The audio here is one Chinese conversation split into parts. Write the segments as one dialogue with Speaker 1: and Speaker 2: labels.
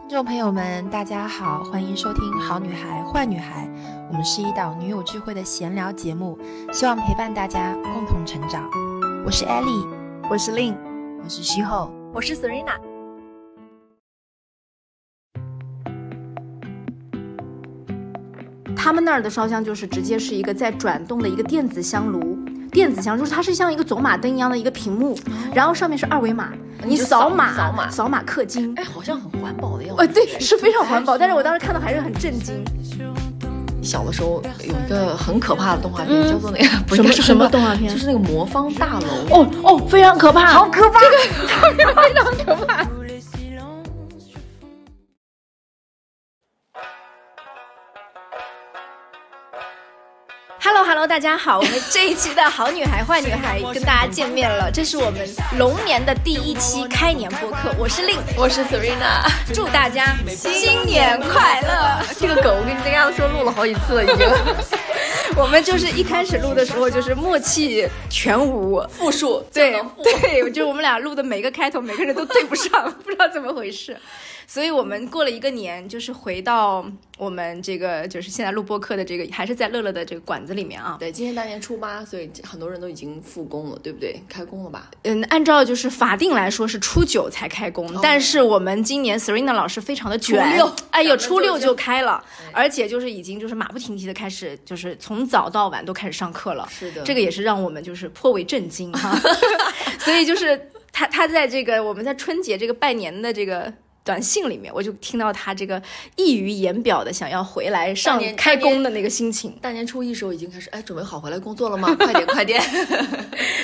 Speaker 1: 听众朋友们，大家好，欢迎收听《好女孩坏女孩》，我们是一档女友聚会的闲聊节目，希望陪伴大家共同成长。我是艾丽，
Speaker 2: 我是令，
Speaker 3: 我是西后，
Speaker 4: 我是 Serena。
Speaker 2: 他们那儿的烧香就是直接是一个在转动的一个电子香炉，电子香就是它是像一个走马灯一样的一个屏幕，然后上面是二维码，你扫码
Speaker 4: 扫码
Speaker 2: 扫码氪金。
Speaker 4: 哎，好像很环保的样子。
Speaker 2: 哎，对，是非常环保，但是我当时看到还是很震惊。
Speaker 4: 小的时候有一个很可怕的动画片，
Speaker 2: 嗯
Speaker 4: 叫做那个不是
Speaker 2: 什么什么
Speaker 4: 叫做那个
Speaker 2: 动画片
Speaker 4: 就是那个魔方大楼。
Speaker 2: 哦哦，非常可怕，
Speaker 4: 好可怕！
Speaker 2: Hello Hello，大家好，我们这一期的好女孩坏女孩跟大家见面了，这是我们龙年的第一期开年播客，我是令，
Speaker 4: 我是 Serena，
Speaker 2: 祝大家新年快乐。
Speaker 4: 这个梗我跟大家说录了好几次了，已经。
Speaker 2: 我们就是一开始录的时候就是默契全无，
Speaker 4: 复数
Speaker 2: 对对， 我觉得我们俩录的每个开头，每个人都对不上， 不知道怎么回事。所以我们过了一个年，就是回到我们这个就是现在录播客的这个，还是在乐乐的这个馆子里面啊。
Speaker 4: 对，今天大年初八，所以很多人都已经复工了，对不对？开工了吧？
Speaker 2: 嗯，按照就是法定来说是初九才开工，但是我们今年 Serena 老师非常的卷，
Speaker 4: 哦初六
Speaker 2: 哎
Speaker 4: 咱
Speaker 2: 呦，
Speaker 4: 们
Speaker 2: 初六
Speaker 4: 就
Speaker 2: 就开了，而且就是已经就是马不停蹄的开始，就是从早到晚都开始上课了。
Speaker 4: 是的
Speaker 2: 这个也是让我们就是颇为震惊哈、 所以就是他他在这个我们在春节这个拜年的这个。短信里面，我就听到他这个溢于言表的想要回来上
Speaker 4: 大年
Speaker 2: 开
Speaker 4: 大年
Speaker 2: 工的那个心 情。
Speaker 4: 大年初一时候已经开始，哎，准备好回来工作了吗？快点，快点！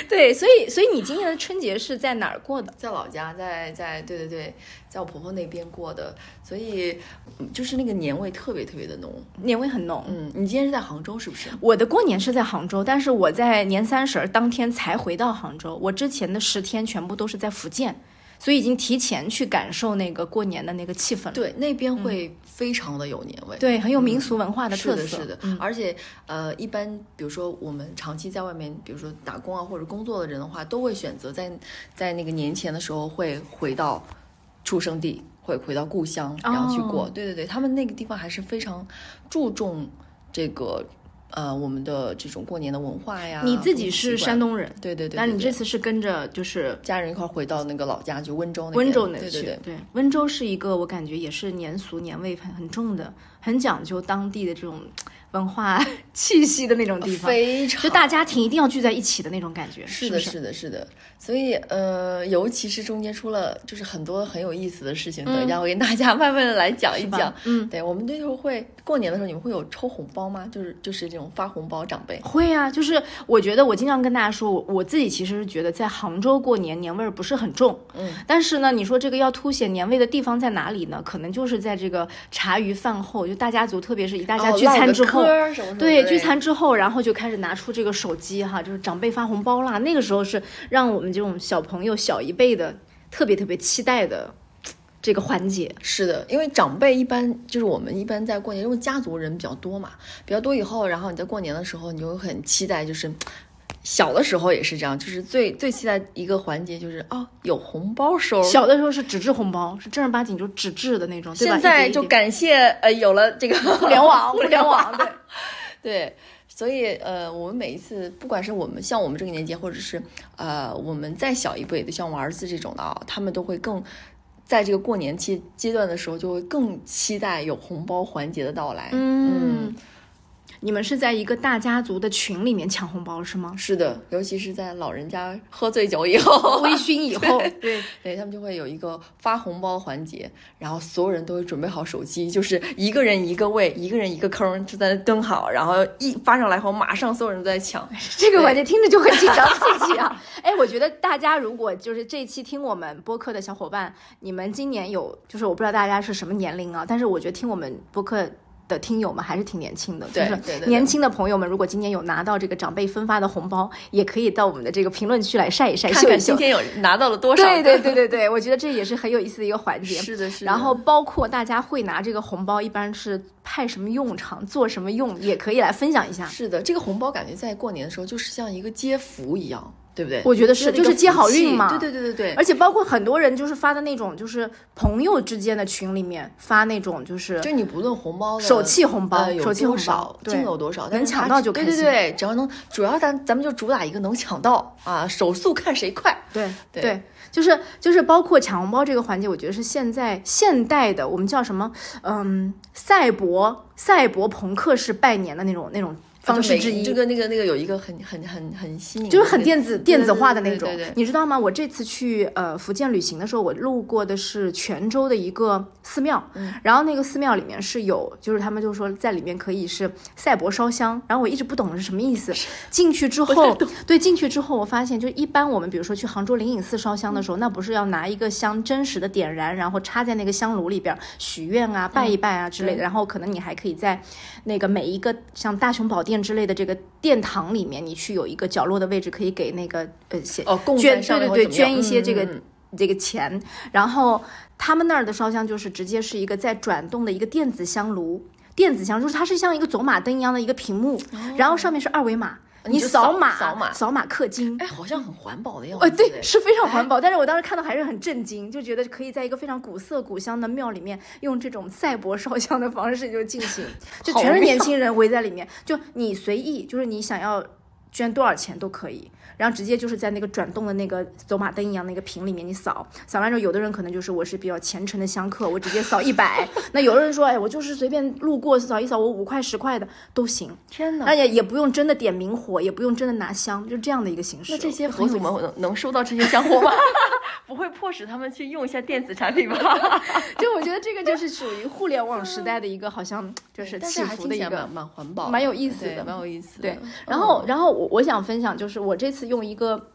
Speaker 2: 对，所以所以你今年的春节是在哪儿过的？
Speaker 4: 在老家，在在对对对，在我婆婆那边过的，所以嗯就是那个年味特别特别的浓。
Speaker 2: 年味很浓，
Speaker 4: 嗯，你今天是在杭州是不是？
Speaker 2: 我的过年是在杭州，但是我在年三十儿当天才回到杭州，我之前的十天全部都是在福建，所以已经提前去感受那个过年的那个气氛了。
Speaker 4: 对，那边会非常的有年味。
Speaker 2: 对，很有民俗文化的
Speaker 4: 是
Speaker 2: 特色。嗯
Speaker 4: 的，是的，而且呃，一般比如说我们长期在外面，比如说打工啊或者工作的人的话，都会选择在在那个年前的时候会回到出生地，会回到故乡，然后去过。
Speaker 2: 哦
Speaker 4: 对对对，他们那个地方还是非常注重这个呃我们的这种过年的文化呀。
Speaker 2: 你自己
Speaker 4: 风啊俗习
Speaker 2: 是
Speaker 4: 惯
Speaker 2: 山？东人，
Speaker 4: 对对对
Speaker 2: 那你
Speaker 4: 对
Speaker 2: 这
Speaker 4: 对
Speaker 2: 次是跟着就是
Speaker 4: 家人一块儿回到那个老家，就温州那边
Speaker 2: 温州那
Speaker 4: 对
Speaker 2: 去。
Speaker 4: 对对。
Speaker 2: 温州是一个我感觉也是年俗年味很很重的，很讲究当地的这种文化 气息的那种地方。
Speaker 4: 非常
Speaker 2: 就大家庭一定要聚在一起的那种感觉，
Speaker 4: 是
Speaker 2: 是
Speaker 4: 的，
Speaker 2: 不是
Speaker 4: 是的，是的。所以，呃，尤其是中间出了就是很多很有意思的事情，等一下我跟大家 慢慢的来讲
Speaker 2: 嗯
Speaker 4: 一
Speaker 2: 是吧
Speaker 4: 讲。
Speaker 2: 嗯
Speaker 4: 对，我们那时候会过年的时候，你们会有抽红包吗？就是就是这种发红包，长辈。
Speaker 2: 会啊，就是我觉得我经常跟大家说，我我自己其实是觉得在杭州过年年味儿不是很重，
Speaker 4: 嗯，
Speaker 2: 但是呢，你说这个要凸显年味的地方在哪里呢？可能就是在这个茶余饭后，就大家族，特别是一大家
Speaker 4: 哦
Speaker 2: 聚
Speaker 4: 唠
Speaker 2: 餐
Speaker 4: 个
Speaker 2: 之后，
Speaker 4: 嗑儿什么什么
Speaker 2: 对，
Speaker 4: 之
Speaker 2: 聚
Speaker 4: 类
Speaker 2: 餐之后，然后就开始拿出这个手机哈，就是长辈发红包啦。那个时候是让我们这种小朋友小一辈的特别特别期待的这个环节，
Speaker 4: 是的，因为长辈一般就是我们一般在过年，因为家族人比较多嘛，比较多以后，然后你在过年的时候，你就会很期待，就是小的时候也是这样，就是最最期待一个环节就是哦，有红包收。
Speaker 2: 小的时候是纸质红包，是正儿八经就纸质的那种，对吧？
Speaker 4: 现在
Speaker 2: 一叠一
Speaker 4: 就
Speaker 2: 叠
Speaker 4: 感谢呃有了这个互
Speaker 2: 互 联网，互联网 对。
Speaker 4: 对，所以呃，我们每一次，不管是我们像我们这个年纪，或者是呃我们再小一辈的，像我儿子这种的啊，他们都会更在这个过年期阶段的时候，就会更期待有红包环节的到来。？
Speaker 2: 嗯，你们是在一个大家族的群里面抢红包是吗
Speaker 4: 是的，尤其是在老人家喝醉酒以后，
Speaker 2: 微醺以后，对，
Speaker 4: 对他们就会有一个发红包环节，然后所有人都会准备好手机，就是一个人一个位，一个人一个坑，就在那蹲好，然后一发上来后，马上所有人都在抢。
Speaker 2: 这个环节听着就很紧张刺激啊！ 哎，我觉得大家如果就是这一期听我们播客的小伙伴，你们今年有就是我不知道大家是什么年龄啊，但是我觉得听我们播客。的听友们还是挺年轻的，就
Speaker 4: 对对对
Speaker 2: 是
Speaker 4: 对
Speaker 2: 年轻的朋友们，如果今年有拿到这个长辈分发的红包，也可以到我们的这个评论区来晒一晒、
Speaker 4: 看
Speaker 2: 秀一
Speaker 4: 看
Speaker 2: 秀
Speaker 4: 今。天有拿到了多少？
Speaker 2: 对对 对对对，我觉得这也是很有意思的一个环节。
Speaker 4: 是的，是的。
Speaker 2: 然后包括大家会拿这个红包，一般是派什么用场、做什么用，也可以来分享一下。
Speaker 4: 是的，这个红包感觉在过年的时候就是像一个接福一样，对不对？
Speaker 2: 我觉得是，
Speaker 4: 那
Speaker 2: 就
Speaker 4: 个
Speaker 2: 是接好
Speaker 4: 福气
Speaker 2: 运嘛。
Speaker 4: 对对对对 对，
Speaker 2: 而且包括很多人就是发的那种，就是朋友之间的群里面发那种，就是
Speaker 4: 就你不论红包的
Speaker 2: 手气红包
Speaker 4: 呃、有
Speaker 2: 手气
Speaker 4: 多
Speaker 2: 红
Speaker 4: 少
Speaker 2: 包，对
Speaker 4: 金额有多少，但
Speaker 2: 能
Speaker 4: 是
Speaker 2: 抢
Speaker 4: 它
Speaker 2: 到
Speaker 4: 是
Speaker 2: 就
Speaker 4: 对
Speaker 2: 开
Speaker 4: 对
Speaker 2: 心
Speaker 4: 对，只要能，主要咱咱们就主打一个能抢到啊，手速看谁快。啊
Speaker 2: 对
Speaker 4: 对
Speaker 2: 就是就是包括抢红包这个环节，我觉得是现在现代的我们叫什么？嗯，赛博赛博朋克式拜年的那种那种方式之一。
Speaker 4: 这个那个那个有啊一个很很很很新颖的那
Speaker 2: 就
Speaker 4: 个，
Speaker 2: 是很电子电子化的
Speaker 4: 对
Speaker 2: 那种
Speaker 4: 对对对，对
Speaker 2: 你知道吗？我这次去呃福建旅行的时候，我路过的是泉州的一个寺庙，
Speaker 4: 嗯
Speaker 2: 然后那个寺庙里面是有，就是他们就说在里面可以是赛博烧香，然后我一直不懂是什么意思。进去之后，对，进去之后我发现，就一般我们比如说去杭州灵隐寺烧香的
Speaker 4: 嗯
Speaker 2: 时候，那不是要拿一个香真实的点燃，然后插在那个香炉里边许愿啊、拜一拜啊之类的，
Speaker 4: 对
Speaker 2: 然后可能你还可以在那个每一个像大雄宝殿之类的这个殿堂里面，你去有一个角落的位置，可以给那个呃写
Speaker 4: 哦，供
Speaker 2: 捐
Speaker 4: 在上
Speaker 2: 对
Speaker 4: 面
Speaker 2: 对对
Speaker 4: 或者怎么样
Speaker 2: 捐一些这个
Speaker 4: 嗯嗯嗯
Speaker 2: 这个钱。然后他们那儿的烧香就是直接是一个在转动的一个电子香炉，电子香就是它是像一个走马灯一样的一个屏幕，然后上面是二维码，
Speaker 4: 哦你就
Speaker 2: 扫
Speaker 4: 扫
Speaker 2: 码
Speaker 4: 扫码
Speaker 2: 扫码氪金。
Speaker 4: 哎，好像很环保的样子。
Speaker 2: 呃，对，是非常
Speaker 4: 哎
Speaker 2: 环保，但是我当时看到还是很震惊，就觉得可以在一个非常古色古香的庙里面，用这种赛博烧香的方式就进 行，就全是年轻人围在里面，就你随意，就是你想要捐多少钱都可以，然后直接就是在那个转动的那个走马灯一样那个屏里面你扫，扫完之后，有的人可能就是我是比较虔诚的香客，我直接扫一百，那有的人说，哎，我就是随便路过扫一扫，我五块十块的都行，
Speaker 4: 天哪
Speaker 2: 那！也也不用真的点明火，也不用真的拿香，就这样的一个形式。
Speaker 4: 那这些
Speaker 2: 就很
Speaker 4: 佛
Speaker 2: 有
Speaker 4: 祖
Speaker 2: 意思
Speaker 4: 们能能收到这些香 火吗？不会迫使他们去用一下电子产品 吧？
Speaker 2: 就我觉得这个就是属于互联网时代的一个好像就是
Speaker 4: 嗯但
Speaker 2: 起
Speaker 4: 还
Speaker 2: 伏
Speaker 4: 听
Speaker 2: 的一
Speaker 4: 起来
Speaker 2: 个
Speaker 4: 蛮。蛮环保的，
Speaker 2: 蛮有意思
Speaker 4: 对
Speaker 2: 的
Speaker 4: 蛮有意思的。
Speaker 2: 对
Speaker 4: 嗯，
Speaker 2: 然后然后我我想分享就是我这次用一个。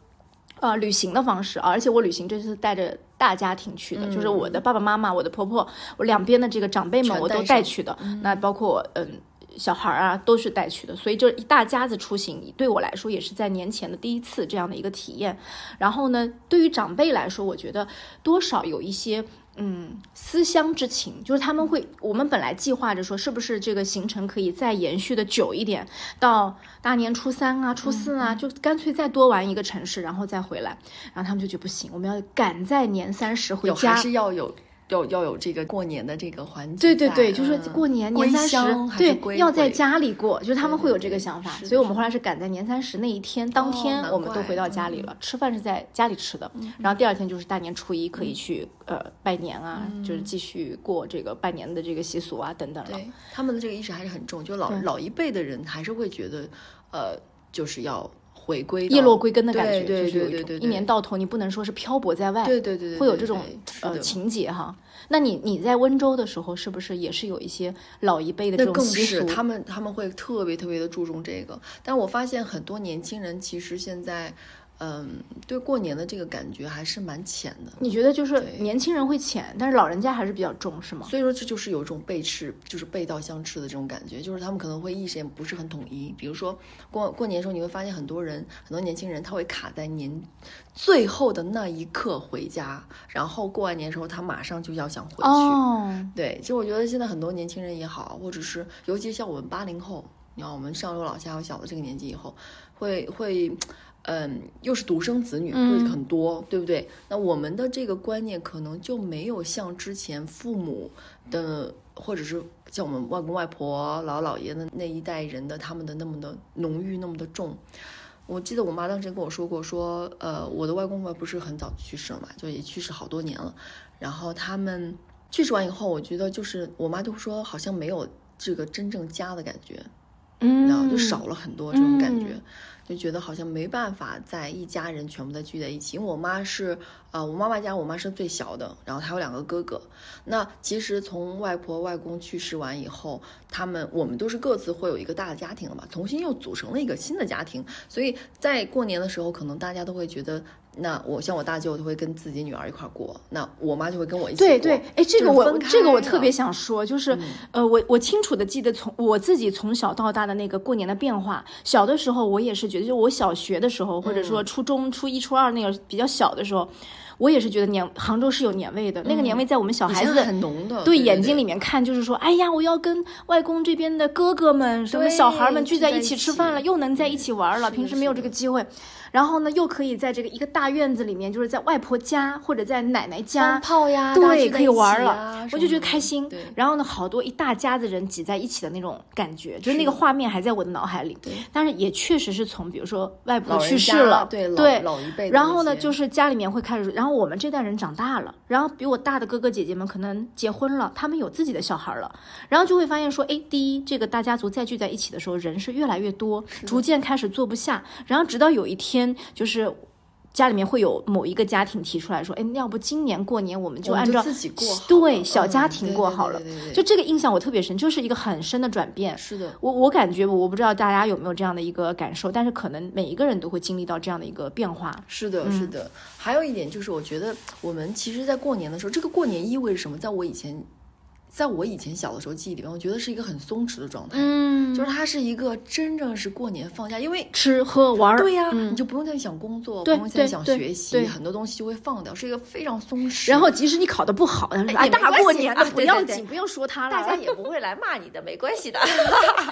Speaker 2: 呃，旅行的方式，而且我旅行这次带着大家庭去的，就是我的爸爸妈妈、我的婆婆，我两边的这个长辈们
Speaker 4: 嗯全
Speaker 2: 我都
Speaker 4: 带
Speaker 2: 带
Speaker 4: 上
Speaker 2: 去的。那包括我嗯小孩儿啊都是带去的，所以这一大家子出行对我来说也是在年前的第一次这样的一个体验。然后呢，对于长辈来说，我觉得多少有一些嗯思乡之情，就是他们会，我们本来计划着说，是不是这个行程可以再延续的久一点，到大年初三啊、初四
Speaker 4: 嗯
Speaker 2: 啊，就干脆再多玩一个城市，然后再回来。然后他们就觉得不行，我们要赶在年三十回
Speaker 4: 有
Speaker 2: 家
Speaker 4: 还。是要有要要有这个过年的这个环节
Speaker 2: 对
Speaker 4: 在。
Speaker 2: 对对，就是
Speaker 4: 嗯
Speaker 2: 过年
Speaker 4: 归
Speaker 2: 年三十
Speaker 4: 乡，还是
Speaker 2: 对，
Speaker 4: 归
Speaker 2: 要在
Speaker 4: 回
Speaker 2: 家里过，就是他们
Speaker 4: 对
Speaker 2: 会有
Speaker 4: 对
Speaker 2: 这个
Speaker 4: 对
Speaker 2: 想法，
Speaker 4: 是
Speaker 2: 所以我
Speaker 4: 是
Speaker 2: 们后来是赶在年三十那一天当
Speaker 4: 哦
Speaker 2: 天，
Speaker 4: 难
Speaker 2: 我们都
Speaker 4: 怪嗯
Speaker 2: 回到家里了，吃饭是在家里吃的，然后第二天就是大年初一
Speaker 4: 嗯
Speaker 2: 可以去呃拜年啊，就是继续过这个拜年的这个习俗啊等等了。
Speaker 4: 对哎他们的这个意识还是很重，就老
Speaker 2: 对
Speaker 4: 老一辈的人还是会觉得，呃，就是要回归
Speaker 2: 叶落归
Speaker 4: 归。
Speaker 2: 根的感觉，
Speaker 4: 对
Speaker 2: 就
Speaker 4: 对
Speaker 2: 是有
Speaker 4: 对
Speaker 2: 一
Speaker 4: 对
Speaker 2: 种
Speaker 4: 对
Speaker 2: 一
Speaker 4: 对
Speaker 2: 年到头你不能说是漂泊在外，
Speaker 4: 对对对对，
Speaker 2: 会有
Speaker 4: 对
Speaker 2: 这种
Speaker 4: 对是
Speaker 2: 呃
Speaker 4: 的
Speaker 2: 情节哈。那你你在温州的时候，是不是也是有一些老一辈的这
Speaker 4: 那
Speaker 2: 种
Speaker 4: 更
Speaker 2: 习
Speaker 4: 是
Speaker 2: 俗？
Speaker 4: 他们他们会特别特别的注重这个，但我发现很多年轻人其实现在，嗯，对过年的这个感觉还是蛮浅的。
Speaker 2: 你觉得就是
Speaker 4: 对
Speaker 2: 年轻人会浅，但是老人家还是比较重，是吗？
Speaker 4: 所以说，这就是有一种背斥，就是背道相斥的这种感觉，就是他们可能会意识也不是很统一。比如说过过年的时候，你会发现很多人，很多年轻人他会卡在年最后的那一刻回家，然后过完年的时候，他马上就要想回去。
Speaker 2: 哦，
Speaker 4: 对，其实我觉得现在很多年轻人也好，或者是尤其像我们八零后，你看我们上有老下有小的这个年纪以后，会会，嗯，又是独生子女，会
Speaker 2: 嗯
Speaker 4: 很多，对不对？那我们的这个观念可能就没有像之前父母的，或者是像我们外公外婆、姥姥姥爷的那一代人的他们的那么的浓郁，那么的重。我记得我妈当时跟我说过，说，呃，我的外公外婆不是很早去世了嘛，就也去世好多年了。然后他们去世完以后，我觉得就是我妈就说，好像没有这个真正家的感觉，你知道，
Speaker 2: 嗯，
Speaker 4: 就少了很多这种感觉
Speaker 2: 嗯，
Speaker 4: 就觉得好像没办法在一家人全部再聚在一起。因为我妈是，啊，我妈妈家我妈是最小的，然后还有两个哥哥。那其实从外婆外公去世完以后，他们我们都是各自会有一个大的家庭了嘛，重新又组成了一个新的家庭。所以在过年的时候，可能大家都会觉得，那我像我大舅就会跟自己女儿一块儿过，那我妈就会跟我一起过。
Speaker 2: 对对，哎，这
Speaker 4: 就
Speaker 2: 个
Speaker 4: 是
Speaker 2: 我
Speaker 4: 分开嗯
Speaker 2: 这个我
Speaker 4: 的
Speaker 2: 特别想说，就是、呃，我我清楚的记得从我自己从小到大的那个过年的变化。小的时候我也是觉得，就我小学的时候，或者
Speaker 4: 嗯
Speaker 2: 说初中、初一、初二那个比较小的时候，我也是觉得年杭州是有年味的，那个年味在我们小
Speaker 4: 嗯以
Speaker 2: 孩
Speaker 4: 前
Speaker 2: 子的
Speaker 4: 很浓的，
Speaker 2: 对
Speaker 4: 对
Speaker 2: 眼睛
Speaker 4: 对
Speaker 2: 里面看，就是说，哎呀，我要跟外公这边的哥哥们、什么
Speaker 4: 对
Speaker 2: 小孩们聚
Speaker 4: 聚
Speaker 2: 在
Speaker 4: 在
Speaker 2: 一
Speaker 4: 一
Speaker 2: 起吃
Speaker 4: 起
Speaker 2: 饭了，又能在一起玩了，
Speaker 4: 是
Speaker 2: 平
Speaker 4: 的
Speaker 2: 时没
Speaker 4: 是
Speaker 2: 有这
Speaker 4: 的
Speaker 2: 个机会。然后呢，又可以在这个一个大院子里面，就是在外婆家或者在奶奶家
Speaker 4: 放炮呀，大家聚
Speaker 2: 对，
Speaker 4: 在
Speaker 2: 可以
Speaker 4: 一起
Speaker 2: 玩
Speaker 4: 啊
Speaker 2: 了，我就觉得
Speaker 4: 什么
Speaker 2: 开心
Speaker 4: 对。
Speaker 2: 然后呢，好多一大家子人挤在一起的那种感觉，就是
Speaker 4: 是
Speaker 2: 那个画面还在我的脑海里
Speaker 4: 对。
Speaker 2: 但是也确实是从比如说外婆
Speaker 4: 老人
Speaker 2: 去世
Speaker 4: 家
Speaker 2: 了，
Speaker 4: 对老
Speaker 2: 对
Speaker 4: 老一辈的
Speaker 2: 然
Speaker 4: 那
Speaker 2: 后呢，
Speaker 4: 些
Speaker 2: 就是家里面会开始，然后我们这代人长大了，然后比我大的哥哥姐姐们可能结婚了，他们有自己的小孩了，然后就会发现说，哎，第一，这个大家族再聚在一起的时候，人是越来越多，逐渐开始坐不下，然后直到有一天，就是家里面会有某一个家庭提出来说，哎，要不今年过年我们就
Speaker 4: 我们
Speaker 2: 按
Speaker 4: 就
Speaker 2: 照
Speaker 4: 自己过好
Speaker 2: 对
Speaker 4: 了
Speaker 2: 小家
Speaker 4: 嗯
Speaker 2: 庭
Speaker 4: 对
Speaker 2: 过
Speaker 4: 对
Speaker 2: 好
Speaker 4: 对
Speaker 2: 了
Speaker 4: 对对，对
Speaker 2: 就这个印象我特别深，就是一个很深的转变。
Speaker 4: 是的，
Speaker 2: 我我感觉我不知道大家有没有这样的一个感受，但是可能每一个人都会经历到这样的一个变化。
Speaker 4: 是的，是
Speaker 2: 嗯
Speaker 4: 的。还有一点就是，我觉得我们其实，在过年的时候，这个过年意味着什么？在我以前，在我以前小的时候记忆里面，我觉得是一个很松弛的状态，
Speaker 2: 嗯
Speaker 4: 就是它是一个真正是过年放假，因为。
Speaker 2: 吃喝玩儿，
Speaker 4: 对呀、
Speaker 2: 嗯
Speaker 4: 你就不用再想工作，不
Speaker 2: 对
Speaker 4: 用再
Speaker 2: 对
Speaker 4: 想
Speaker 2: 对
Speaker 4: 学习，
Speaker 2: 对
Speaker 4: 很多东西就会放掉，是一个非常松弛。
Speaker 2: 然后即使你考得不好，他说
Speaker 4: 也
Speaker 2: 哎，
Speaker 4: 没
Speaker 2: 大
Speaker 4: 关
Speaker 2: 过
Speaker 4: 系
Speaker 2: 年
Speaker 4: 啊
Speaker 2: 的不
Speaker 4: 对
Speaker 2: 要
Speaker 4: 对对
Speaker 2: 紧，不用说他了，
Speaker 4: 大家也不会来骂你的，没关系的，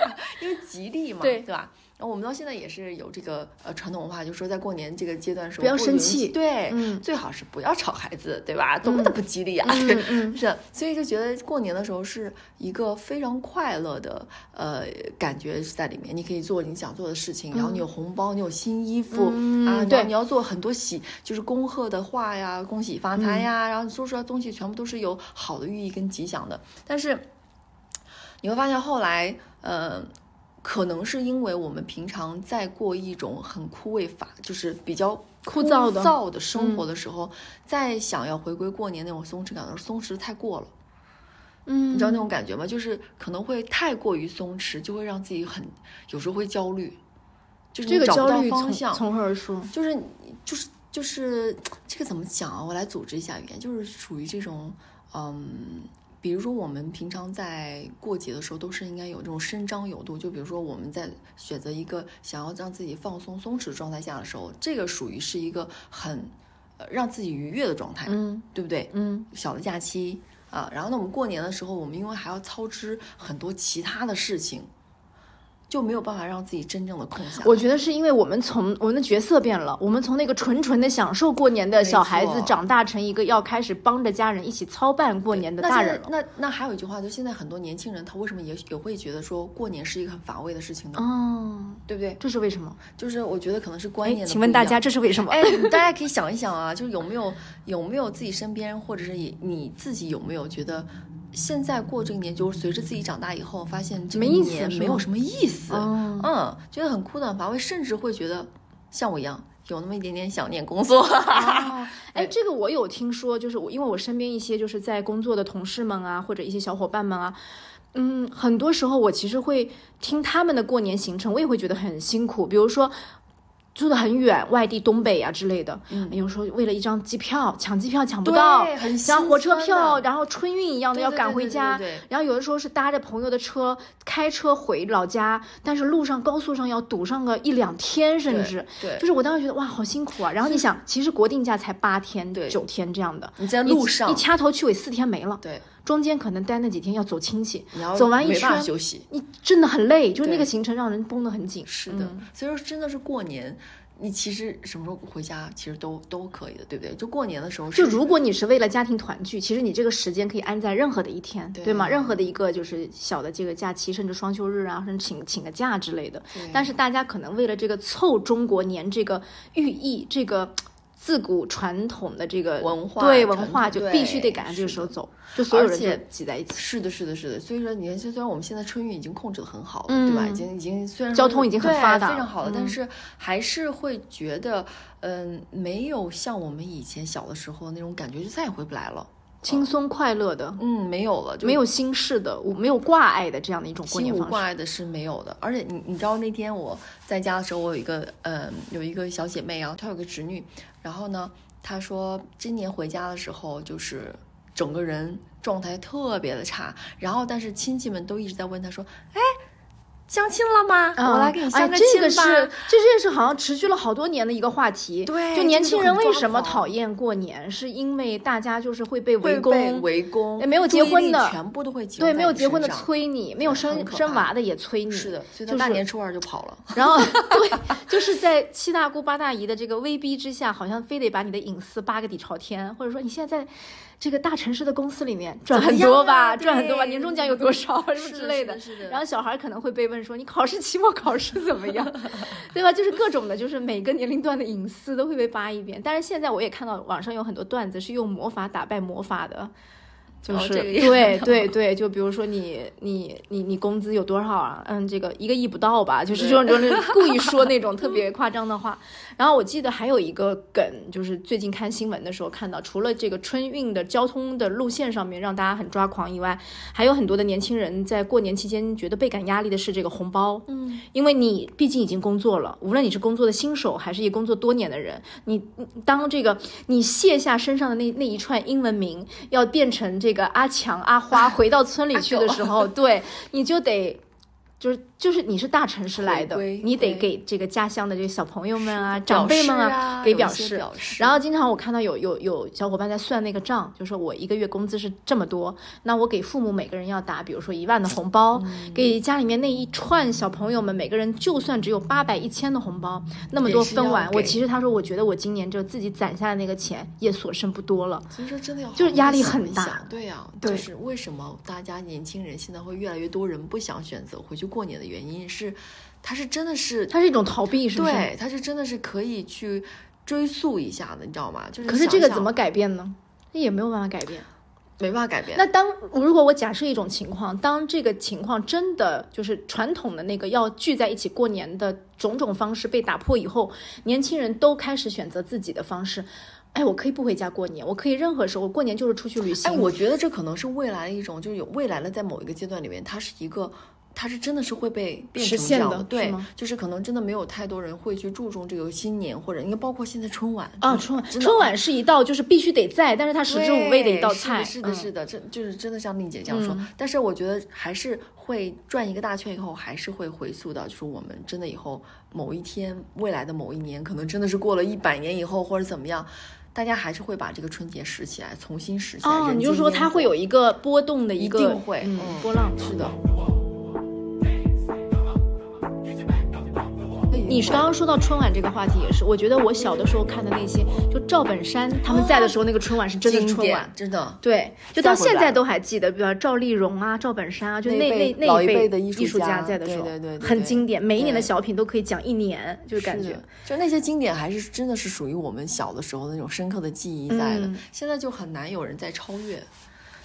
Speaker 4: 因为吉利嘛，
Speaker 2: 对
Speaker 4: 吧？然后我们到现在也是有这个呃传统文化，就说在过年这个阶段的时候
Speaker 2: 不要生
Speaker 4: 允
Speaker 2: 气
Speaker 4: 许对，
Speaker 2: 嗯
Speaker 4: 最好是不要吵孩子，对吧？多么的不吉利啊！
Speaker 2: 嗯嗯嗯
Speaker 4: 是，所以就觉得过年的时候是一个非常快乐的呃感觉在里面，你可以做你想做的事情，然后你有红包，你有新衣服、
Speaker 2: 嗯
Speaker 4: 啊，然
Speaker 2: 对
Speaker 4: 后你要做很多喜就是恭贺的话呀，恭喜发财呀，然后你说出来的东西全部都是有好的寓意跟吉祥的，但是。你会发现后来，呃，可能是因为我们平常在过一种很枯萎乏，就是比较
Speaker 2: 枯
Speaker 4: 枯
Speaker 2: 燥的嗯
Speaker 4: 燥的生活的时候，再想要回归过年那种松弛感的时候，松弛太过了。
Speaker 2: 嗯，
Speaker 4: 你知道那种感觉吗？就是可能会太过于松弛，就会让自己很有时候会焦虑，就是
Speaker 2: 这
Speaker 4: 你
Speaker 2: 个
Speaker 4: 找不
Speaker 2: 焦
Speaker 4: 到
Speaker 2: 虑
Speaker 4: 方
Speaker 2: 从
Speaker 4: 向，
Speaker 2: 从何而说？
Speaker 4: 就是你就是就是这个怎么讲啊？我来组织一下语言，就是属于这种，嗯，比如说我们平常在过节的时候，都是应该有这种伸张有度。就比如说我们在选择一个想要让自己放松松弛的状态下的时候，这个属于是一个很呃让自己愉悦的状态，
Speaker 2: 嗯
Speaker 4: 对不对？
Speaker 2: 嗯，
Speaker 4: 小的假期啊，然后呢，我们过年的时候，我们因为还要操之很多其他的事情，就没有办法让自己真正的空下来。
Speaker 2: 我觉得是因为我们从我们的角色变了，我们从那个纯纯的享受过年的小孩子，
Speaker 4: 错
Speaker 2: 长大成一个要开始帮着家人一起操办过年的
Speaker 4: 那
Speaker 2: 大
Speaker 4: 现在
Speaker 2: 人了。
Speaker 4: 那那还有一句话，就现在很多年轻人，他为什么也也会觉得说过年是一个很乏味的事情呢？
Speaker 2: 哦，
Speaker 4: 对不对？
Speaker 2: 这是为什么？
Speaker 4: 就是我觉得可能是观
Speaker 2: 哎，
Speaker 4: 念的。
Speaker 2: 请问大家，这是为什么？
Speaker 4: 哎，大家可以想一想啊，就是有没有有没有自己身边，或者是也你自己有没有觉得，现在过这个年，就是随着自己长大以后，发现这个
Speaker 2: 没意思
Speaker 4: 年
Speaker 2: 是
Speaker 4: 没
Speaker 2: 吗
Speaker 4: 有什么意思，
Speaker 2: 哦
Speaker 4: 嗯，觉得很枯燥乏味，甚至会觉得像我一样有那么一点点想念工作。
Speaker 2: 哦，哎，这个我有听说，就是我因为我身边一些就是在工作的同事们啊，或者一些小伙伴们啊，嗯，很多时候我其实会听他们的过年行程，我也会觉得很辛苦，比如说。住得很远，外地东北啊之类的，有时候为了一张机票抢机票抢不
Speaker 4: 嗯对
Speaker 2: 到，
Speaker 4: 很
Speaker 2: 像
Speaker 4: 心
Speaker 2: 火车
Speaker 4: 酸
Speaker 2: 票，
Speaker 4: 的
Speaker 2: 然后春运一样的
Speaker 4: 对
Speaker 2: 要
Speaker 4: 对
Speaker 2: 赶
Speaker 4: 对
Speaker 2: 回
Speaker 4: 对对
Speaker 2: 家，
Speaker 4: 对对
Speaker 2: 然后有的时候是搭着朋友的车开车回老家，但是路上高速上要堵上个一两天，甚
Speaker 4: 对
Speaker 2: 至
Speaker 4: 对
Speaker 2: 就是我当时觉得哇，好辛苦啊。然后你想，其实国定假才八天、
Speaker 4: 对
Speaker 2: 九天这样的，
Speaker 4: 你在
Speaker 2: 一
Speaker 4: 路上
Speaker 2: 一掐头去尾四天没了，
Speaker 4: 对，
Speaker 2: 中间可能待那几天要走亲戚
Speaker 4: 你要，
Speaker 2: 走完一
Speaker 4: 没办法
Speaker 2: 圈
Speaker 4: 休息。
Speaker 2: 你真的很累，就是那
Speaker 4: 对
Speaker 2: 个行程让人绷得很紧。
Speaker 4: 是的，所以说真的是过年，你其实什么时候回家，其实都都可以的，对不对？就过年的时候，
Speaker 2: 就是如果你是为了家庭团聚，其实你这个时间可以安在任何的一天，对
Speaker 4: 对啊
Speaker 2: 吗？任何的一个就是小的这个假期，甚至双休日啊，甚至请请个假之类的。但是大家可能为了这个凑中国年这个寓意，这个自古传统的这个
Speaker 4: 文化
Speaker 2: 对文
Speaker 4: 传
Speaker 2: 化就
Speaker 4: 统对
Speaker 2: 必须得赶上这个
Speaker 4: 是
Speaker 2: 时候
Speaker 4: 的
Speaker 2: 走，就所有
Speaker 4: 而
Speaker 2: 人就
Speaker 4: 且
Speaker 2: 挤在一起。
Speaker 4: 是的，是的，是的。所以说，你看，虽然我们现在春运已经控制的很好了，对吧？
Speaker 2: 嗯
Speaker 4: 已经已经虽然
Speaker 2: 交
Speaker 4: 说
Speaker 2: 通已经很
Speaker 4: 对
Speaker 2: 发达
Speaker 4: 非
Speaker 2: 了
Speaker 4: 常好了，
Speaker 2: 嗯
Speaker 4: 但是还是会觉得，嗯，没有像我们以前小的时候那种感觉，就再也回不来了。
Speaker 2: 轻松快乐的，
Speaker 4: 嗯，没有了，就
Speaker 2: 没有心事的，我没有挂碍的这样的一种过
Speaker 4: 心
Speaker 2: 年
Speaker 4: 无
Speaker 2: 方
Speaker 4: 挂
Speaker 2: 式。
Speaker 4: 碍的是没有的。而且你你知道那天我在家的时候，我有一个嗯有一个小姐妹啊，她有个侄女，然后呢，她说今年回家的时候就是整个人状态特别的差，然后但是亲戚们都一直在问她说，哎。相亲了吗？
Speaker 2: 嗯
Speaker 4: 我来给你相
Speaker 2: 哎
Speaker 4: 个亲
Speaker 2: 这
Speaker 4: 吧。
Speaker 2: 个是这件事好像持续了好多年的一个话题。
Speaker 4: 对
Speaker 2: 就年轻人为什么
Speaker 4: 这个就很抓狂
Speaker 2: 讨厌过年，是因为大家就是会被
Speaker 4: 会
Speaker 2: 围攻，
Speaker 4: 被围攻，
Speaker 2: 哎没有
Speaker 4: 注
Speaker 2: 结
Speaker 4: 意
Speaker 2: 婚
Speaker 4: 力
Speaker 2: 的
Speaker 4: 全部都会集中
Speaker 2: 对
Speaker 4: 在
Speaker 2: 没有
Speaker 4: 你
Speaker 2: 结婚的
Speaker 4: 身上
Speaker 2: 催你，没有生
Speaker 4: 很可怕
Speaker 2: 生娃的也催你。
Speaker 4: 是的，所以
Speaker 2: 就
Speaker 4: 他大
Speaker 2: 是
Speaker 4: 年初二就跑了。
Speaker 2: 然后 对，就是在七大姑八大姨的这个威逼之下，好像非得把你的隐私扒个底朝天，或者说你现在在这个大城市的公司里面赚很多吧，
Speaker 4: 怎么
Speaker 2: 赚
Speaker 4: 样啊
Speaker 2: 很多吧，
Speaker 4: 对
Speaker 2: 年终奖有多少啊什么之类的。
Speaker 4: 是的
Speaker 2: 然后小孩可能会被问说：“你考试、期末考试怎么样？” 对吧？就是各种的，就是每个年龄段的隐私都会被扒一遍。但是现在我也看到网上有很多段子是用魔法打败魔法的，就
Speaker 4: 哦
Speaker 2: 是、
Speaker 4: 这个 也
Speaker 2: 对对 对，就比如说你你你你工资有多少啊？嗯，这个一个亿不到吧？就是这种就是 故意说那种特别夸张的话。然后我记得还有一个梗，就是最近看新闻的时候看到，除了这个春运的交通的路线上面让大家很抓狂以外，还有很多的年轻人在过年期间觉得倍感压力的是这个红包，嗯，因为你毕竟已经工作了，无论你是工作的新手还是一工作多年的人，你你当这个你卸下身上的那那一串英文名，要变成这个阿强阿 花回到村里去的时候，对，你就得。就是就是你是大城市来的
Speaker 4: 回归，
Speaker 2: 你得
Speaker 4: 对
Speaker 2: 给这个家乡的这些小朋友们啊、
Speaker 4: 表
Speaker 2: 长辈们
Speaker 4: 示啊
Speaker 2: 给
Speaker 4: 有一
Speaker 2: 表
Speaker 4: 些
Speaker 2: 示，
Speaker 4: 表示
Speaker 2: 然后经常我看到有有有小伙伴在算那个账，就说我一个月工资是这么多，那我给父母每个人要打，比如说一万的红包，
Speaker 4: 嗯
Speaker 2: 给家里面那一串小朋友们每个人就算只有八百一千的红包，那么
Speaker 4: 也
Speaker 2: 多
Speaker 4: 是
Speaker 2: 分
Speaker 4: 要
Speaker 2: 完，
Speaker 4: 给
Speaker 2: 我其实他说我觉得我今年就自己攒下的那个钱也所剩不多了。
Speaker 4: 所以说真的要好
Speaker 2: 就是
Speaker 4: 好
Speaker 2: 压
Speaker 4: 地
Speaker 2: 力
Speaker 4: 想
Speaker 2: 很
Speaker 4: 一
Speaker 2: 大
Speaker 4: 想对呀、
Speaker 2: 对
Speaker 4: 就是为什么大家年轻人现在会越来越多人不想选择回去过年的原因是，他是真的是
Speaker 2: 它是一种逃避，是不是？
Speaker 4: 对，他是真的是可以去追溯一下的，你知道吗？就是
Speaker 2: 可是
Speaker 4: 想
Speaker 2: 这个
Speaker 4: 想
Speaker 2: 怎么改变呢？那也没有办法改变。
Speaker 4: 没办法改变？
Speaker 2: 那当如果我假设一种情况，当这个情况真的就是传统的那个要聚在一起过年的种种方式被打破以后，年轻人都开始选择自己的方式。哎，我可以不回家过年，我可以任何时候，我过年就是出去旅行。
Speaker 4: 哎，我觉得这可能是未来的一种，就是有未来的，在某一个阶段里面，它是一个，它是真的是会被变
Speaker 2: 实
Speaker 4: 成这
Speaker 2: 现
Speaker 4: 样
Speaker 2: 的是
Speaker 4: 对
Speaker 2: 吗，
Speaker 4: 就是可能真的没有太多人会去注重这个新年，或者应该包括现在春晚
Speaker 2: 啊，春晚
Speaker 4: 真的
Speaker 2: 春晚是一道就是必须得在，但是它食之无味的一道菜。嗯
Speaker 4: 是的，是的，这就是真的像令姐这样说。但是我觉得还是会转一个大圈以后，还是会回溯到，就是我们真的以后某一天，未来的某一年，可能真的是过了一百年以后或者怎么样，大家还是会把这个春节拾起来，重新拾起来。
Speaker 2: 哦，
Speaker 4: 人
Speaker 2: 你就
Speaker 4: 间
Speaker 2: 说
Speaker 4: 烟
Speaker 2: 它
Speaker 4: 火
Speaker 2: 会有一个波动的
Speaker 4: 一
Speaker 2: 个
Speaker 4: 定会
Speaker 2: 嗯
Speaker 4: 嗯
Speaker 2: 波浪。
Speaker 4: 是的。
Speaker 2: 哦你是刚刚说到春晚这个话题，也是，我觉得我小的时候看的那些，就赵本山他们在的时候，那个春晚是真的是
Speaker 4: 经
Speaker 2: 春晚
Speaker 4: 典，。真的
Speaker 2: 对，就到
Speaker 4: 再回
Speaker 2: 现
Speaker 4: 来
Speaker 2: 在
Speaker 4: 了
Speaker 2: 都还记得，比如赵丽蓉啊、赵本山啊，就
Speaker 4: 那
Speaker 2: 那
Speaker 4: 辈
Speaker 2: 那
Speaker 4: 老
Speaker 2: 那
Speaker 4: 一辈的
Speaker 2: 艺
Speaker 4: 艺术
Speaker 2: 家
Speaker 4: 家
Speaker 2: 在的时候，
Speaker 4: 对对对对
Speaker 2: 很
Speaker 4: 对
Speaker 2: 经典，每一年的
Speaker 4: 对
Speaker 2: 小品都可以讲一年，就是感
Speaker 4: 是
Speaker 2: 觉
Speaker 4: 的，就那些经典还是真的是属于我们小的时候的那种深刻的记忆在的，
Speaker 2: 嗯
Speaker 4: 现在就很难有人再超越。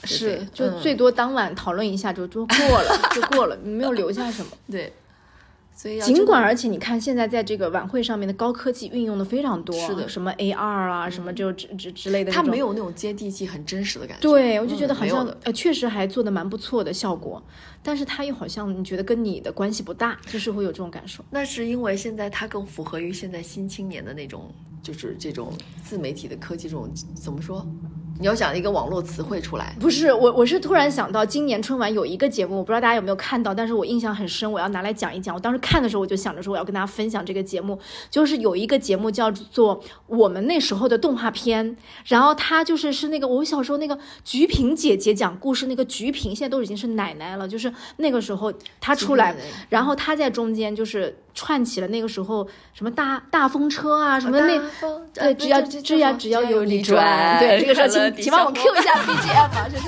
Speaker 4: 对
Speaker 2: 是
Speaker 4: 对
Speaker 2: 就
Speaker 4: 嗯
Speaker 2: 最多当晚讨论一下就就过了， 就过了，没有留下 什么。
Speaker 4: 对，所以要
Speaker 2: 尽
Speaker 4: 真
Speaker 2: 管，而且你看现在在这个晚会上面的高科技运用的非常多，
Speaker 4: 是的嗯
Speaker 2: 什么 AR 啊，什么就之之之类的那
Speaker 4: 它
Speaker 2: 种，
Speaker 4: 没有那种接地气、很真实的感觉。
Speaker 2: 对，我就觉
Speaker 4: 嗯
Speaker 2: 得好
Speaker 4: 没有
Speaker 2: 像、
Speaker 4: 的
Speaker 2: 呃，确实还做的蛮不错的效果，但是它又好像你觉得跟你的关系不大，就是会有这种感受。
Speaker 4: 那是因为现在它更符合于现在新青年的那种，就是这种自媒体的科技，这种怎么说？你要想一个网络词汇出来，
Speaker 2: 不是我，我是突然想到，今年春晚有一个节目，我不知道大家有没有看到，但是我印象很深，我要拿来讲一讲。我当时看的时候，我就想着说我要跟大家分享这个节目，就是有一个节目叫做《我们那时候的动画片》，然后它就是是那个我小时候那个菊萍姐姐讲故事，那个菊萍现在都已经是奶奶了，就是那个时候她出来
Speaker 4: 菊萍奶奶，
Speaker 2: 然后她在中间就是串起了那个时候什么哦大大风车啊，什么那。
Speaker 4: 大风
Speaker 2: 对，
Speaker 4: 呃
Speaker 2: 只要
Speaker 4: 这这
Speaker 2: 只要
Speaker 4: 叫什么
Speaker 2: 只要有
Speaker 4: 有
Speaker 2: 你
Speaker 4: 转，
Speaker 2: 对，这个时候
Speaker 4: 快乐
Speaker 2: 请
Speaker 4: 地
Speaker 2: 请帮我
Speaker 4: 向
Speaker 2: Q 一下 BGM 啊，就是。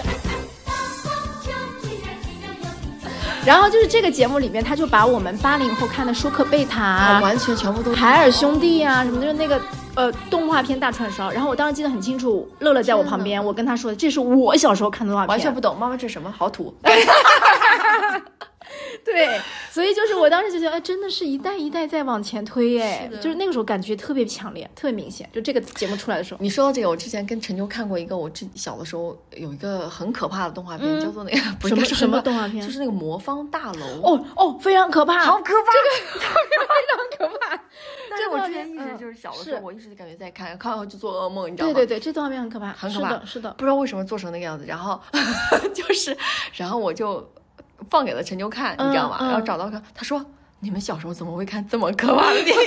Speaker 2: 然后就是这个节目里面，他就把我们八零后看的舒克贝塔、
Speaker 4: 啊，
Speaker 2: 啊、
Speaker 4: 完全全部都
Speaker 2: 海尔兄弟啊什么，就是那个呃动画片大串烧。然后我当时记得很清楚，乐乐在我旁边，我跟他说的，这是我小时候看的动画片，
Speaker 4: 完全不懂，妈妈这什么好土。
Speaker 2: 对，所以就是我当时就觉得，哎，真的是一代一代在往前推，哎，就是那个时候感觉特别强烈，特别明显。就这个节目出来的时候，
Speaker 4: 你说到这个，我之前跟陈秋看过一个，我之小的时候有一个很可怕的动画片，叫做那个 不是
Speaker 2: 什么
Speaker 4: 叫做
Speaker 2: 什么
Speaker 4: 那个
Speaker 2: 动画片
Speaker 4: 就是那个魔方大楼。，
Speaker 2: 哦哦，非常可怕，
Speaker 4: 好可怕！
Speaker 2: 非常可 怕。
Speaker 4: 但是
Speaker 2: 这
Speaker 4: 我
Speaker 2: 个
Speaker 4: 之前一
Speaker 2: 嗯
Speaker 4: 直就是小的时
Speaker 2: 是
Speaker 4: 候，我一直感觉在看，看完就做噩梦，你知道
Speaker 2: 对
Speaker 4: 吗？
Speaker 2: 对对，这动画片很可怕，
Speaker 4: 很可怕
Speaker 2: 是的，是的。
Speaker 4: 不知道为什么做成那个样子，然后就是，然后我就放给了陈秋看，你知道吗？
Speaker 2: 嗯嗯
Speaker 4: 然后找到他，他说：“你们小时候怎么会看这么可怕的电影？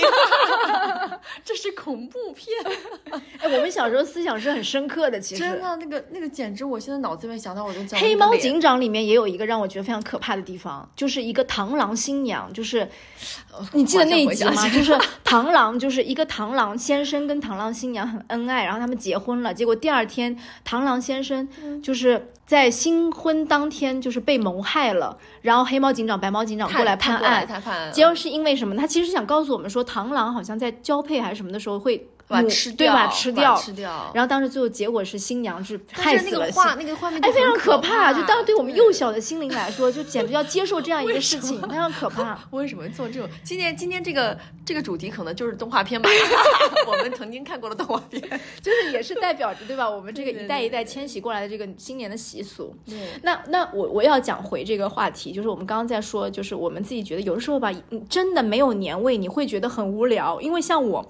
Speaker 4: 这是恐怖片，
Speaker 2: 哎，我们小时候思想是很深刻的，其实
Speaker 4: 真的那个那个简直，我现在脑子里面想到我都
Speaker 2: 《
Speaker 4: 讲
Speaker 2: 黑猫警长》里面也有一个让我觉得非常可怕的地方，就是一个螳螂新娘，就是 你记得那一集 吗？就是螳螂，就是一个螳螂先生跟螳螂新娘很恩爱，然后他们结婚了。结果第二天，螳螂先生就是在新婚当天就是被谋害了，然后黑猫警长、白猫警长过来判案，
Speaker 4: 他判案，
Speaker 2: 结果是因为什么？他其实是想告诉我们说，螳螂好像在交配还是什么的时候会
Speaker 4: 把
Speaker 2: 母
Speaker 4: 吃
Speaker 2: 对
Speaker 4: 掉，
Speaker 2: 吧？
Speaker 4: 吃
Speaker 2: 吃掉。
Speaker 4: 吃掉。
Speaker 2: 然后当时最后结果是新娘是害
Speaker 4: 但
Speaker 2: 死
Speaker 4: 是那
Speaker 2: 了
Speaker 4: 个
Speaker 2: 新
Speaker 4: 画，那个画面就
Speaker 2: 哎，非常
Speaker 4: 很
Speaker 2: 可
Speaker 4: 怕，
Speaker 2: 就当然对我们幼
Speaker 4: 对
Speaker 2: 小的心灵来说，就简直要接受这样一个事情，非常可怕。
Speaker 4: 为什么做这种？今天今天这个这个主题可能就是动画片吧， 我们曾经看过的动画片。
Speaker 2: 就是也是代表着对吧？我们这个
Speaker 4: 对对
Speaker 2: 一代
Speaker 4: 对
Speaker 2: 一代
Speaker 4: 对
Speaker 2: 迁徙过来的这个新年的习俗。
Speaker 4: 对，
Speaker 2: 那那我我要讲回这个话题，就是我们刚刚在说，就是我们自己觉得有的时候吧，嗯真的没有年味，你会觉得很无聊。因为像我，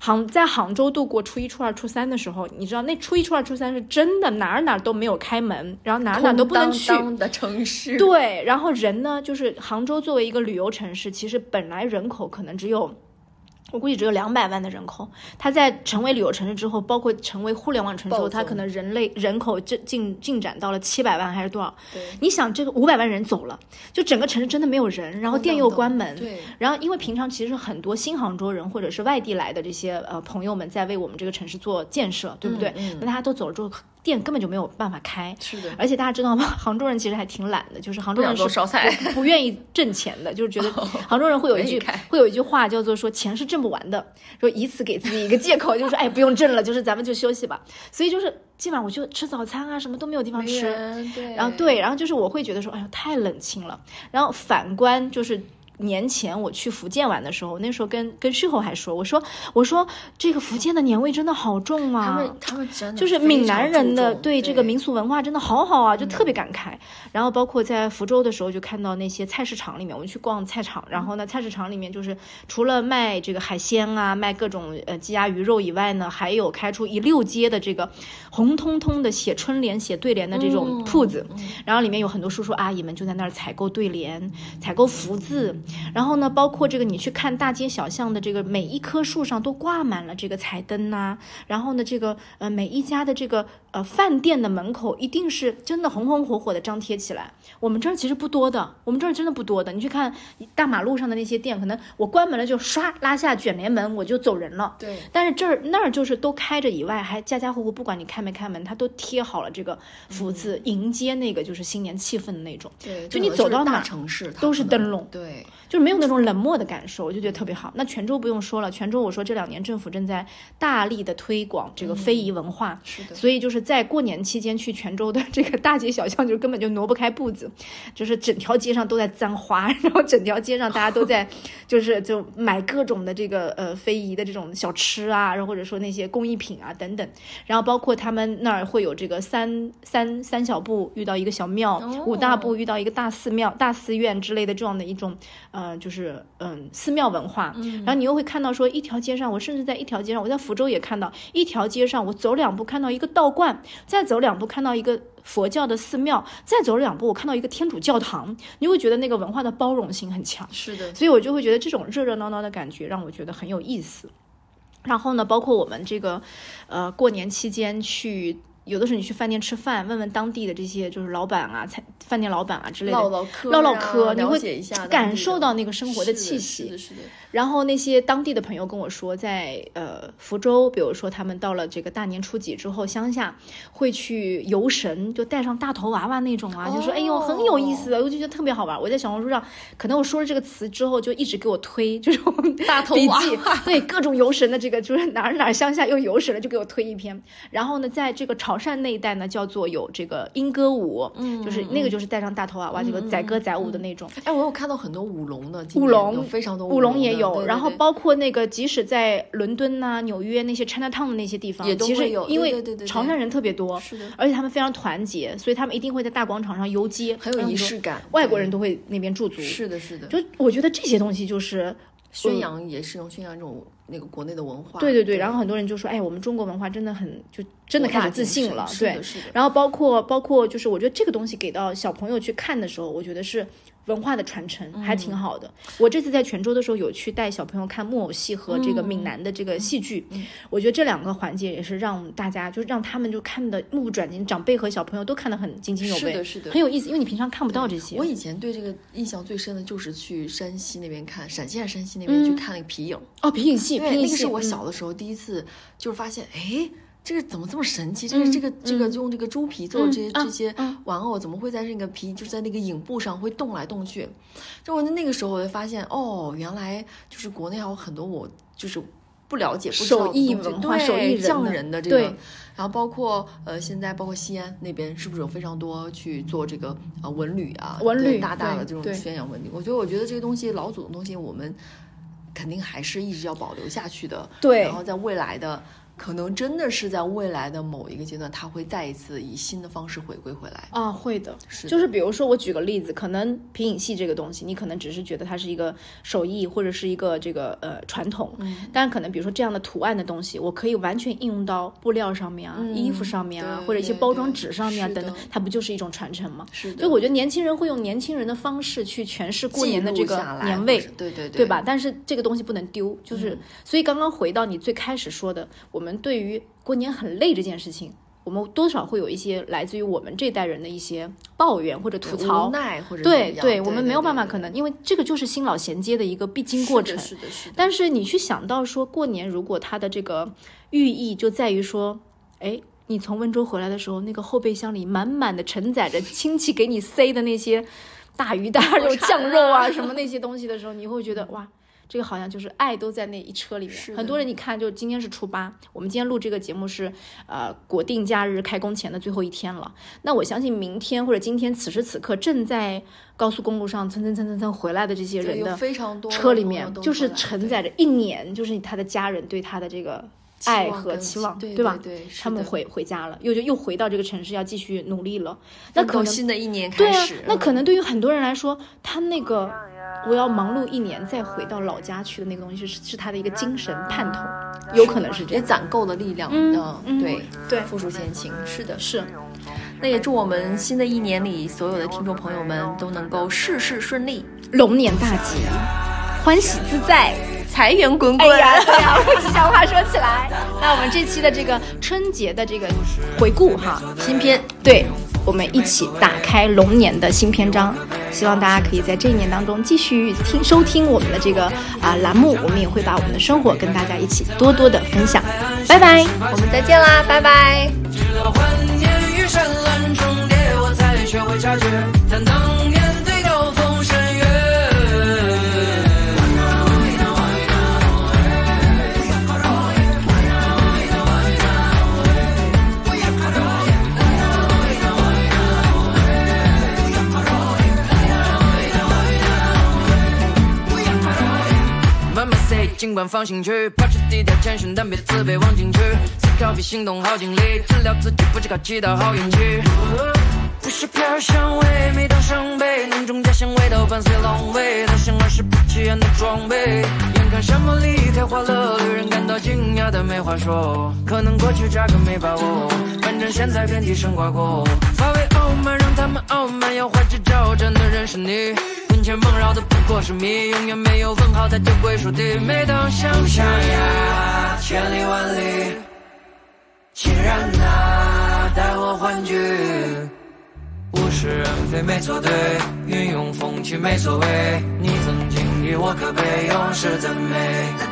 Speaker 2: 杭在杭州度过初一、初二、初三的时候，你知道那初一、初二、初三是真的哪儿哪儿都没有开门，然后哪儿哪儿都不能去。
Speaker 4: 空荡荡的城市，
Speaker 2: 对，然后人呢，就是杭州作为一个旅游城市，其实本来人口可能只有。我估计只有两百万的人口，它在成为旅游城市之后，包括成为互联网城市之后，
Speaker 4: 暴
Speaker 2: 它可
Speaker 4: 增
Speaker 2: 能人类人口进进进展到了七百万还是多少？
Speaker 4: 对
Speaker 2: 你想，这个五百万人走了，就整个城市真的没有人，然后店又关门，
Speaker 4: 对，
Speaker 2: 然后，因为平常其实很多新杭州人或者是外地来的这些呃朋友们在为我们这个城市做建设，对不对？
Speaker 4: 嗯嗯
Speaker 2: 那大家都走了之后，店根本就没有办法开。
Speaker 4: 是的，
Speaker 2: 而且大家知道吗？杭州人其实还挺懒的，就是杭州
Speaker 4: 不想
Speaker 2: 人是
Speaker 4: 做烧菜，哦
Speaker 2: 不不愿意挣钱的，就是觉得杭州人会有一
Speaker 4: 愿意
Speaker 2: 句
Speaker 4: 开
Speaker 2: 会有一句话叫做说钱是挣不完的，说以此给自己一个借口，就是哎不用挣了，就是咱们就休息吧。所以就是基本上我就吃早餐啊什么都没有地方吃，
Speaker 4: 对，
Speaker 2: 然后对，然后就是我会觉得说，哎呦，太冷清了。然后反观就是。年前我去福建玩的时候，那时候跟跟旭后还说，我说我说这个福建的年味真的好重啊，
Speaker 4: 他们他们真的
Speaker 2: 就是
Speaker 4: 非
Speaker 2: 闽
Speaker 4: 常
Speaker 2: 南人的
Speaker 4: 注重嗯
Speaker 2: 对这个民俗文化真的好好啊，就特别感慨。然后包括在福州的时候，就看到那些菜市场里面，我们去逛菜场，然
Speaker 4: 嗯
Speaker 2: 后呢，菜市场里面就是除了卖这个海鲜啊，卖各种呃鸡鸭鱼肉以外呢，还有开出一溜街的这个红彤彤的写春联、写对联的这
Speaker 4: 嗯
Speaker 2: 种铺子，然后里面有很多叔叔阿姨们就在那儿采购对联、采购福字，然后呢，包括这个你去看大街小巷的这个每一棵树上都挂满了这个彩灯呐、然后呢，这个呃每一家的这个呃饭店的门口一定是真的红红火火的张贴起来。我们这儿其实不多的，我们这儿真的不多的。你去看大马路上的那些店，可能我关门了就唰拉下卷帘门我就走人了。
Speaker 4: 对
Speaker 2: 但是这儿那儿就是都开着以外，还家家户户不管你开没开门，它都贴好了这个福字，迎接那个就是新年气氛的那种。
Speaker 4: 对，
Speaker 2: 就你
Speaker 4: 可能
Speaker 2: 走
Speaker 4: 是
Speaker 2: 到哪
Speaker 4: 大
Speaker 2: 儿
Speaker 4: 城市它
Speaker 2: 都是
Speaker 4: 可能
Speaker 2: 灯笼
Speaker 4: 对，
Speaker 2: 就是没有那种冷漠的感受，我就觉得特别好。那泉州不用说了，泉州我说这两年政府正在大力的推广这个非遗文化，
Speaker 4: 是的，
Speaker 2: 所以就是在过年期间去泉州的这个大街小巷，就是根本就挪不开步子， 就是整条街上都在簪花，然后整条街上大家都在 就是就买各种的这个呃非遗的这种小吃啊，然后或者说那些工艺品啊等等，然后包括他们那儿会有这个三三三小步遇到一个小庙，
Speaker 4: 哦
Speaker 2: 五大步遇到一个大寺庙、大寺院之类的这样的一种呃就是嗯、寺庙文化，
Speaker 4: 嗯
Speaker 2: 然后你又会看到说一条街上，我甚至在一条街上，我在福州也看到一条街上，我走两步看到一个道观，再走两步看到一个佛教的寺庙，再走两步我看到一个天主教堂，你会觉得那个文化的包容性很强。
Speaker 4: 是的，
Speaker 2: 所以我就会觉得这种热热闹闹的感觉让我觉得很有意思。然后呢，包括我们这个，呃，过年期间去，有的时候你去饭店吃饭，问问当地的这些就是老板啊、菜饭店老板啊之类
Speaker 4: 唠
Speaker 2: 的，
Speaker 4: 唠嗑啊，
Speaker 2: 唠唠嗑你
Speaker 4: 了
Speaker 2: 会
Speaker 4: 解一下当
Speaker 2: 感
Speaker 4: 地
Speaker 2: 受
Speaker 4: 的
Speaker 2: 到那个生活的气
Speaker 4: 是
Speaker 2: 息
Speaker 4: 的，。是的，是的
Speaker 2: 然后那些当地的朋友跟我说，在呃福州，比如说他们到了这个大年初几之后，乡下会去游神，就带上大头娃娃那种啊，就说哎呦很有意
Speaker 4: 哦
Speaker 2: 思的，我就觉得特别好玩。我在小红书上，可能我说了这个词之后，就一直给我推这种
Speaker 4: 大头
Speaker 2: 笔
Speaker 4: 娃
Speaker 2: 记，对各种游神的这个，就是哪儿哪儿乡下又游神了，就给我推一篇。然后呢，在这个潮汕那一带呢，叫做有这个莺歌舞，嗯，就是那个就是带上大头娃娃，
Speaker 4: 嗯
Speaker 2: 这个载歌载舞的那种。
Speaker 4: 哎，我有看到很多舞龙的，今
Speaker 2: 舞
Speaker 4: 年
Speaker 2: 龙
Speaker 4: 有非常多
Speaker 2: 舞龙也
Speaker 4: 的
Speaker 2: 有，
Speaker 4: 对对
Speaker 2: 然后
Speaker 4: 对
Speaker 2: 包括那个，即使在伦敦呐、纽约那些 Chinatown 的那些地方，
Speaker 4: 也都
Speaker 2: 其实
Speaker 4: 会有
Speaker 2: 因
Speaker 4: 对
Speaker 2: 为
Speaker 4: 对对对对
Speaker 2: 潮汕人特别多，
Speaker 4: 是的
Speaker 2: 而且他们非常团结，所以他们一定会在大广场上游街，
Speaker 4: 很嗯有仪式感，
Speaker 2: 外国
Speaker 4: 对
Speaker 2: 人都会那边驻足。
Speaker 4: 是的，是的，
Speaker 2: 就我觉得这些东西就是呃
Speaker 4: 宣扬也是一种宣扬一种那个国内的文化。
Speaker 2: 嗯对对对，然后很多人就说，哎，我们中国文化真的很，就真的开始自信了，
Speaker 4: 是
Speaker 2: 对
Speaker 4: 的，。是的。
Speaker 2: 然后包括包括就是，我觉得这个东西给到小朋友去看的时候，我觉得是文化的传承，
Speaker 4: 嗯
Speaker 2: 还挺好的。我这次在泉州的时候，有去带小朋友看木偶戏和
Speaker 4: 嗯
Speaker 2: 这个闽南的这个戏剧，我觉得这两个环节也是让大家就是让他们就看的目不转睛，长辈和小朋友都看得很津津有味，
Speaker 4: 是的是的
Speaker 2: 很有意思，因为你平常看不到这些。
Speaker 4: 我以前对这个印象最深的就是去山西那边看，陕西还是山西那
Speaker 2: 嗯
Speaker 4: 边去看那个皮影，
Speaker 2: 哦，皮影戏，
Speaker 4: 对，
Speaker 2: 皮影
Speaker 4: 那
Speaker 2: 戏
Speaker 4: 个是我
Speaker 2: 嗯
Speaker 4: 小的时候第一次，就是发现，哎，这个怎么这么神奇？这个、这个这个用这个猪皮做的这些、
Speaker 2: 嗯啊
Speaker 4: 这些玩偶，怎么会在那个皮就在那个影布上会动来动去？就我那个时候我就发现，哦，原来就是国内还有很多我就是。不了解，不知道
Speaker 2: 手艺
Speaker 4: 的东西
Speaker 2: 文化
Speaker 4: 对
Speaker 2: 手艺人
Speaker 4: 匠
Speaker 2: 的
Speaker 4: 人的这
Speaker 2: 对
Speaker 4: 个，然后包括呃，现在包括西安那边是不是有非常多去做这个呃文旅啊，
Speaker 2: 文
Speaker 4: 对
Speaker 2: 旅
Speaker 4: 大大的
Speaker 2: 对
Speaker 4: 这种
Speaker 2: 对
Speaker 4: 宣扬文旅？我觉得，我觉得这个东西老祖宗东西，我们肯定还是一直要保留下去的。
Speaker 2: 对
Speaker 4: 然后在未来的，可能真的是在未来的某一个阶段，它会再一次以新的方式回归回来。
Speaker 2: 啊，会的，
Speaker 4: 是
Speaker 2: 就
Speaker 4: 的
Speaker 2: 是比如说，我举个例子，可能皮影戏这个东西，你可能只是觉得它是一个手艺或者是一个这个呃传统，
Speaker 4: 嗯
Speaker 2: 但可能比如说这样的图案的东西，我可以完全应用到布料上面啊、衣服上面啊，
Speaker 4: 嗯对
Speaker 2: 或者一些
Speaker 4: 对
Speaker 2: 包装
Speaker 4: 对
Speaker 2: 纸上面啊
Speaker 4: 是
Speaker 2: 等等
Speaker 4: 的，
Speaker 2: 它不就是一种传承吗？
Speaker 4: 是
Speaker 2: 所以我觉得年轻人会用年轻人的方式去诠释过
Speaker 4: 记
Speaker 2: 年的
Speaker 4: 录
Speaker 2: 这个
Speaker 4: 下来
Speaker 2: 年
Speaker 4: 或
Speaker 2: 味，
Speaker 4: 者对对对，嗯
Speaker 2: 对吧？？但是这个东西不能丢，就是、所以刚刚回到你最开始说的，我们对于过年很累这件事情，我们多少会有一些来自于我们这一代人的一些抱怨或者吐槽
Speaker 4: 无。奈或者
Speaker 2: 对
Speaker 4: 怎么样
Speaker 2: 我们没有办法，可能因为这个就是新老衔接的一个必经过程。
Speaker 4: 是的，是的，是的。
Speaker 2: 但是你去想到说过年，如果它的这个寓意就在于说，哎，你从温州回来的时候，那个后备箱里满满的承载着亲戚给你塞的那些大鱼大肉、酱肉啊什么那些东西的时候，你会觉得哇。这个好像就是爱都在那一车里面
Speaker 4: 嗯是，的
Speaker 2: 很多人你看，就今天是初八，我们今天录这个节目是呃国定假日开工前的最后一天了。那我相信明天或者今天此时此刻正在高速公路上蹭蹭蹭蹭蹭回来的这些
Speaker 4: 对
Speaker 2: 人
Speaker 4: 有
Speaker 2: 的
Speaker 4: 非常多
Speaker 2: 车里
Speaker 4: 的
Speaker 2: 面
Speaker 4: 朋友，都
Speaker 2: 就是
Speaker 4: 过来
Speaker 2: 承
Speaker 4: 对
Speaker 2: 载着一年，就是他的家人对他的这个
Speaker 4: 期
Speaker 2: 爱
Speaker 4: 望
Speaker 2: 和
Speaker 4: 跟
Speaker 2: 期
Speaker 4: 期
Speaker 2: 望，
Speaker 4: 对
Speaker 2: 吧？
Speaker 4: 对对是
Speaker 2: 他们
Speaker 4: 的
Speaker 2: 回回家了，又就又回到这个城市，要继续努力了。那
Speaker 4: 奋
Speaker 2: 可
Speaker 4: 斗
Speaker 2: 能
Speaker 4: 新的一年
Speaker 2: 对
Speaker 4: 开
Speaker 2: 啊
Speaker 4: 始，，嗯
Speaker 2: 那可能对于很多人来说，他那个我要忙碌一年再回到老家去的那个东西是是他的一个精神盼头，有可能是这
Speaker 4: 也
Speaker 2: 样。
Speaker 4: 攒够了力量，
Speaker 2: 嗯嗯
Speaker 4: 对
Speaker 2: 对
Speaker 4: 付出前行，是的，
Speaker 2: 是，
Speaker 4: 那也祝我们新的一年里所有的听众朋友们都能够事事顺利，
Speaker 2: 龙年大吉，欢喜自在。
Speaker 4: 财源滚
Speaker 2: 哎
Speaker 4: 滚。
Speaker 2: 呀，对呀、我吉祥话说起来，那我们这期的这个春节的这个回顾哈，
Speaker 4: 新篇，
Speaker 2: 对，我们一起打开龙年的新篇章。希望大家可以在这一年当中继续听收听我们的这个啊、栏目，我们也会把我们的生活跟大家一起多多的分享。拜拜。
Speaker 4: 我们再见啦，拜拜。
Speaker 5: 直到幻变与绚烂重叠，我才学会察觉，但当面对高峰深渊。慢慢 say，尽管放心去，保持低调谦逊，但别自卑忘情去。思考比行动耗精力，治疗自己不是靠祈祷好运气。不是飘香味，每当伤悲，浓重家乡味道伴随狼狈，他像二十不起眼的装备。眼看沙漠里开花了，旅人感到惊讶的没话说。可能过去扎根没把握，反正现在遍地生瓜果。发为傲慢，让他们傲慢，要怀着照真的人是你。魂牵梦绕的不过是谜，永远没有问号在这归属地。每当想象呀，千里万里，请让它带我欢聚。物是人非没错对，运用风趣没所谓。你曾经比我可悲，永世赞美。